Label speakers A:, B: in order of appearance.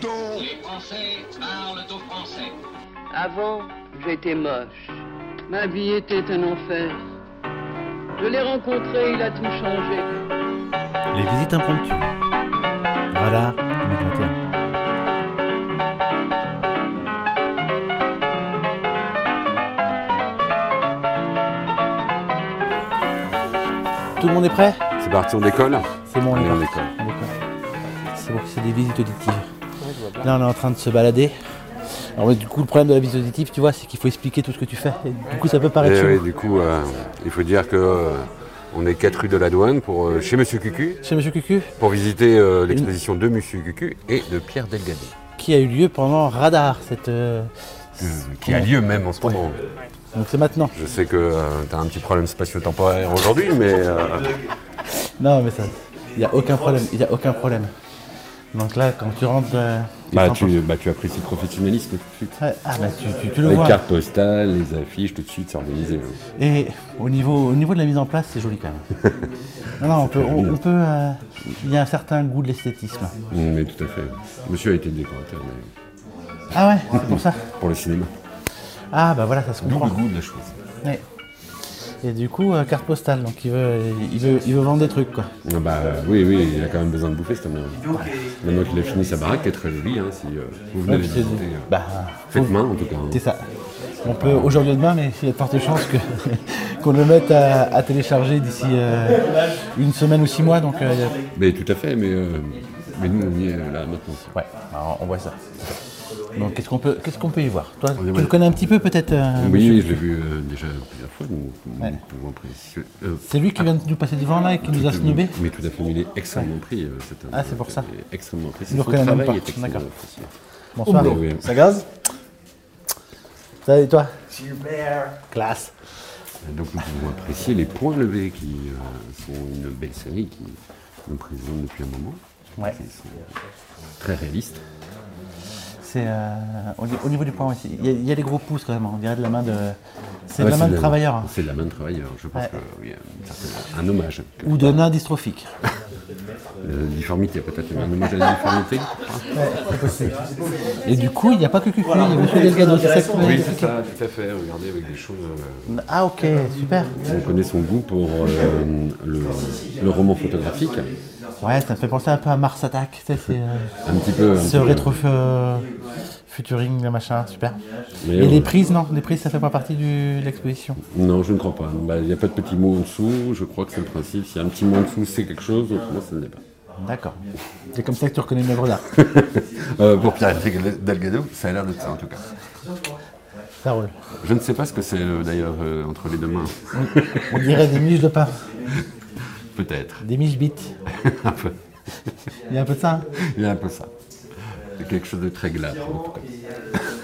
A: dons.
B: Les Français parlent aux Français.
C: Avant, j'étais moche. Ma vie était un enfer. Je l'ai rencontré, il a tout changé.
D: Les visites impromptues. Radar 2021. Tout le monde est prêt
E: C'est parti, on décolle
F: Ah,
D: C'est bon, on est
E: Allez, on
D: parti.
E: décolle.
D: On décolle. C'est bon, c'est des visites auditives. Là, on est en train de se balader. Alors, mais du coup, le problème de la visite auditive, tu vois, c'est qu'il faut expliquer tout ce que tu fais. Et du coup, ça peut
F: Eh
D: paraître
E: Et
D: chelou.
E: oui, du coup, euh, il faut dire que euh, on est 4 rue de la Douane pour, euh, chez Monsieur Cucu
D: Chez Monsieur Cucu,
E: pour visiter euh, l'exposition de Monsieur Cucu et de Pierre Delgado,
D: qui a eu lieu pendant Radar, cette. euh,
E: euh, qui a lieu même en ce moment.
D: Donc, c'est maintenant.
E: Je sais que tu as un petit problème spatio-temporaire aujourd'hui, mais euh,
D: Non, mais ça. Il n'y a aucun problème. Il n'y a aucun problème. Donc là, quand tu rentres. euh,
F: Bah
D: t'en
F: tu, bah, tu apprécies le professionnalisme tout de suite.
D: penses- Ah, bah, tu, tu- tu le
F: Les
D: vois.
F: cartes postales, les affiches, tout de suite, c'est organisé. hein.
D: Et au niveau, au niveau de la mise en place, c'est joli quand même. non, non, on peut. on- on peut, euh, Il y a un certain goût de l'esthétisme.
F: Mm, Mais tout à fait. Monsieur a été le décorateur mais
D: Ah ouais, c'est pour ça.
F: pour le cinéma.
D: Ah bah voilà, ça se
F: D'où
D: comprend.
F: le goût de la chose.
D: Ouais. Et du coup, euh, carte postale, donc il veut, il, veut, il veut vendre des trucs quoi.
F: Ah bah euh, oui, oui, il a quand même besoin de bouffer cet homme. hein. Maintenant qu'il a fini sa baraque, qui est très jolie, hein, si euh, vous venez
D: Ouais,
F: la
D: puis c'est-
F: visiter, euh,
D: bah,
F: faites
D: faut-
F: main en tout cas. hein.
D: C'est ça. On peut aujourd'hui ou demain, mais il y a de fortes chances que, qu'on le mette à, à télécharger d'ici euh, une semaine ou six mois. Donc, euh, il y a-
F: Mais tout à fait, mais, euh, mais nous on y est euh, là maintenant.
D: ouais, alors, on voit ça. Donc, qu'est-ce qu'on peut, qu'est-ce qu'on peut y voir Toi, tu le connais un petit peu peut-être euh,
F: Oui,
D: monsieur
F: je l'ai vu euh, déjà plusieurs fois, nous, nous
D: Ouais.
F: pouvons apprécier. euh,
D: C'est lui qui vient de nous passer devant là et qui nous a
F: tout-
D: snobé
F: Mais tout à fait, mais il est extrêmement pris. euh, cet homme.
D: Ah, c'est pour ça.
F: Il est extrêmement pris.
D: Il le
F: Son
D: reconnaît même
F: travail
D: pas.
F: est extrêmement
D: D'accord.
F: apprécié.
D: Bonsoir.
F: Oh, oui.
D: Ça gaze Ça va et toi Classe.
F: Euh, Donc nous pouvons apprécier les points levés qui euh, sont une belle série qui nous présente depuis un moment.
D: Ouais.
F: Ils sont très réalistes.
D: C'est euh, au, ni- au niveau du point aussi. Il y, a- il y a des gros pouces quand même. On dirait de la main de. C'est
F: Ouais,
D: de la main de travailleur hein.
F: C'est de la main de travailleur. Je pense
D: Ouais.
F: que oui, une certaine- un hommage.
D: ou de nain dystrophique.
F: La difformité, peut-être un hommage à la difformité.
E: Ah
D: Et du coup, il n'y a pas que Cucu, il y a Monsieur Delgado. C'est ça que tu m'as
E: oui, c'est
D: expliqué.
E: ça, tout à fait. Regardez avec des choses. euh,
D: Ah ok, super.
F: On connaît son goût pour euh, le, le roman photographique.
D: Ouais, ça me fait penser un peu à Mars Attack. tu sais, c'est euh,
F: Un petit peu. un
D: ce
F: petit peu.
D: rétro euh, futuring, le machin, super.
F: Mais
D: Et
F: on-
D: les prises, non Les prises, ça fait pas partie du- de l'exposition.
F: Non, je ne crois pas. Bah, Il n'y a pas de petit mot en dessous. Je crois que c'est le principe. S'il y a un petit mot en dessous, c'est quelque chose. Autrement, ça ne l'est pas.
D: D'accord. C'est comme ça que tu reconnais une œuvre d'art.
F: Euh, pour Pierre.
E: Delgado, ça a l'air d'être ça en tout cas.
D: Ça roule.
F: Je ne sais pas ce que c'est euh, d'ailleurs euh, entre les deux mains.
D: On dirait des miches de pain,
F: Peut-être.
D: des miches bites.
F: Un peu.
D: Il y a un peu de ça. hein
F: Il y a un peu ça. C'est quelque chose de très glabre. en tout cas.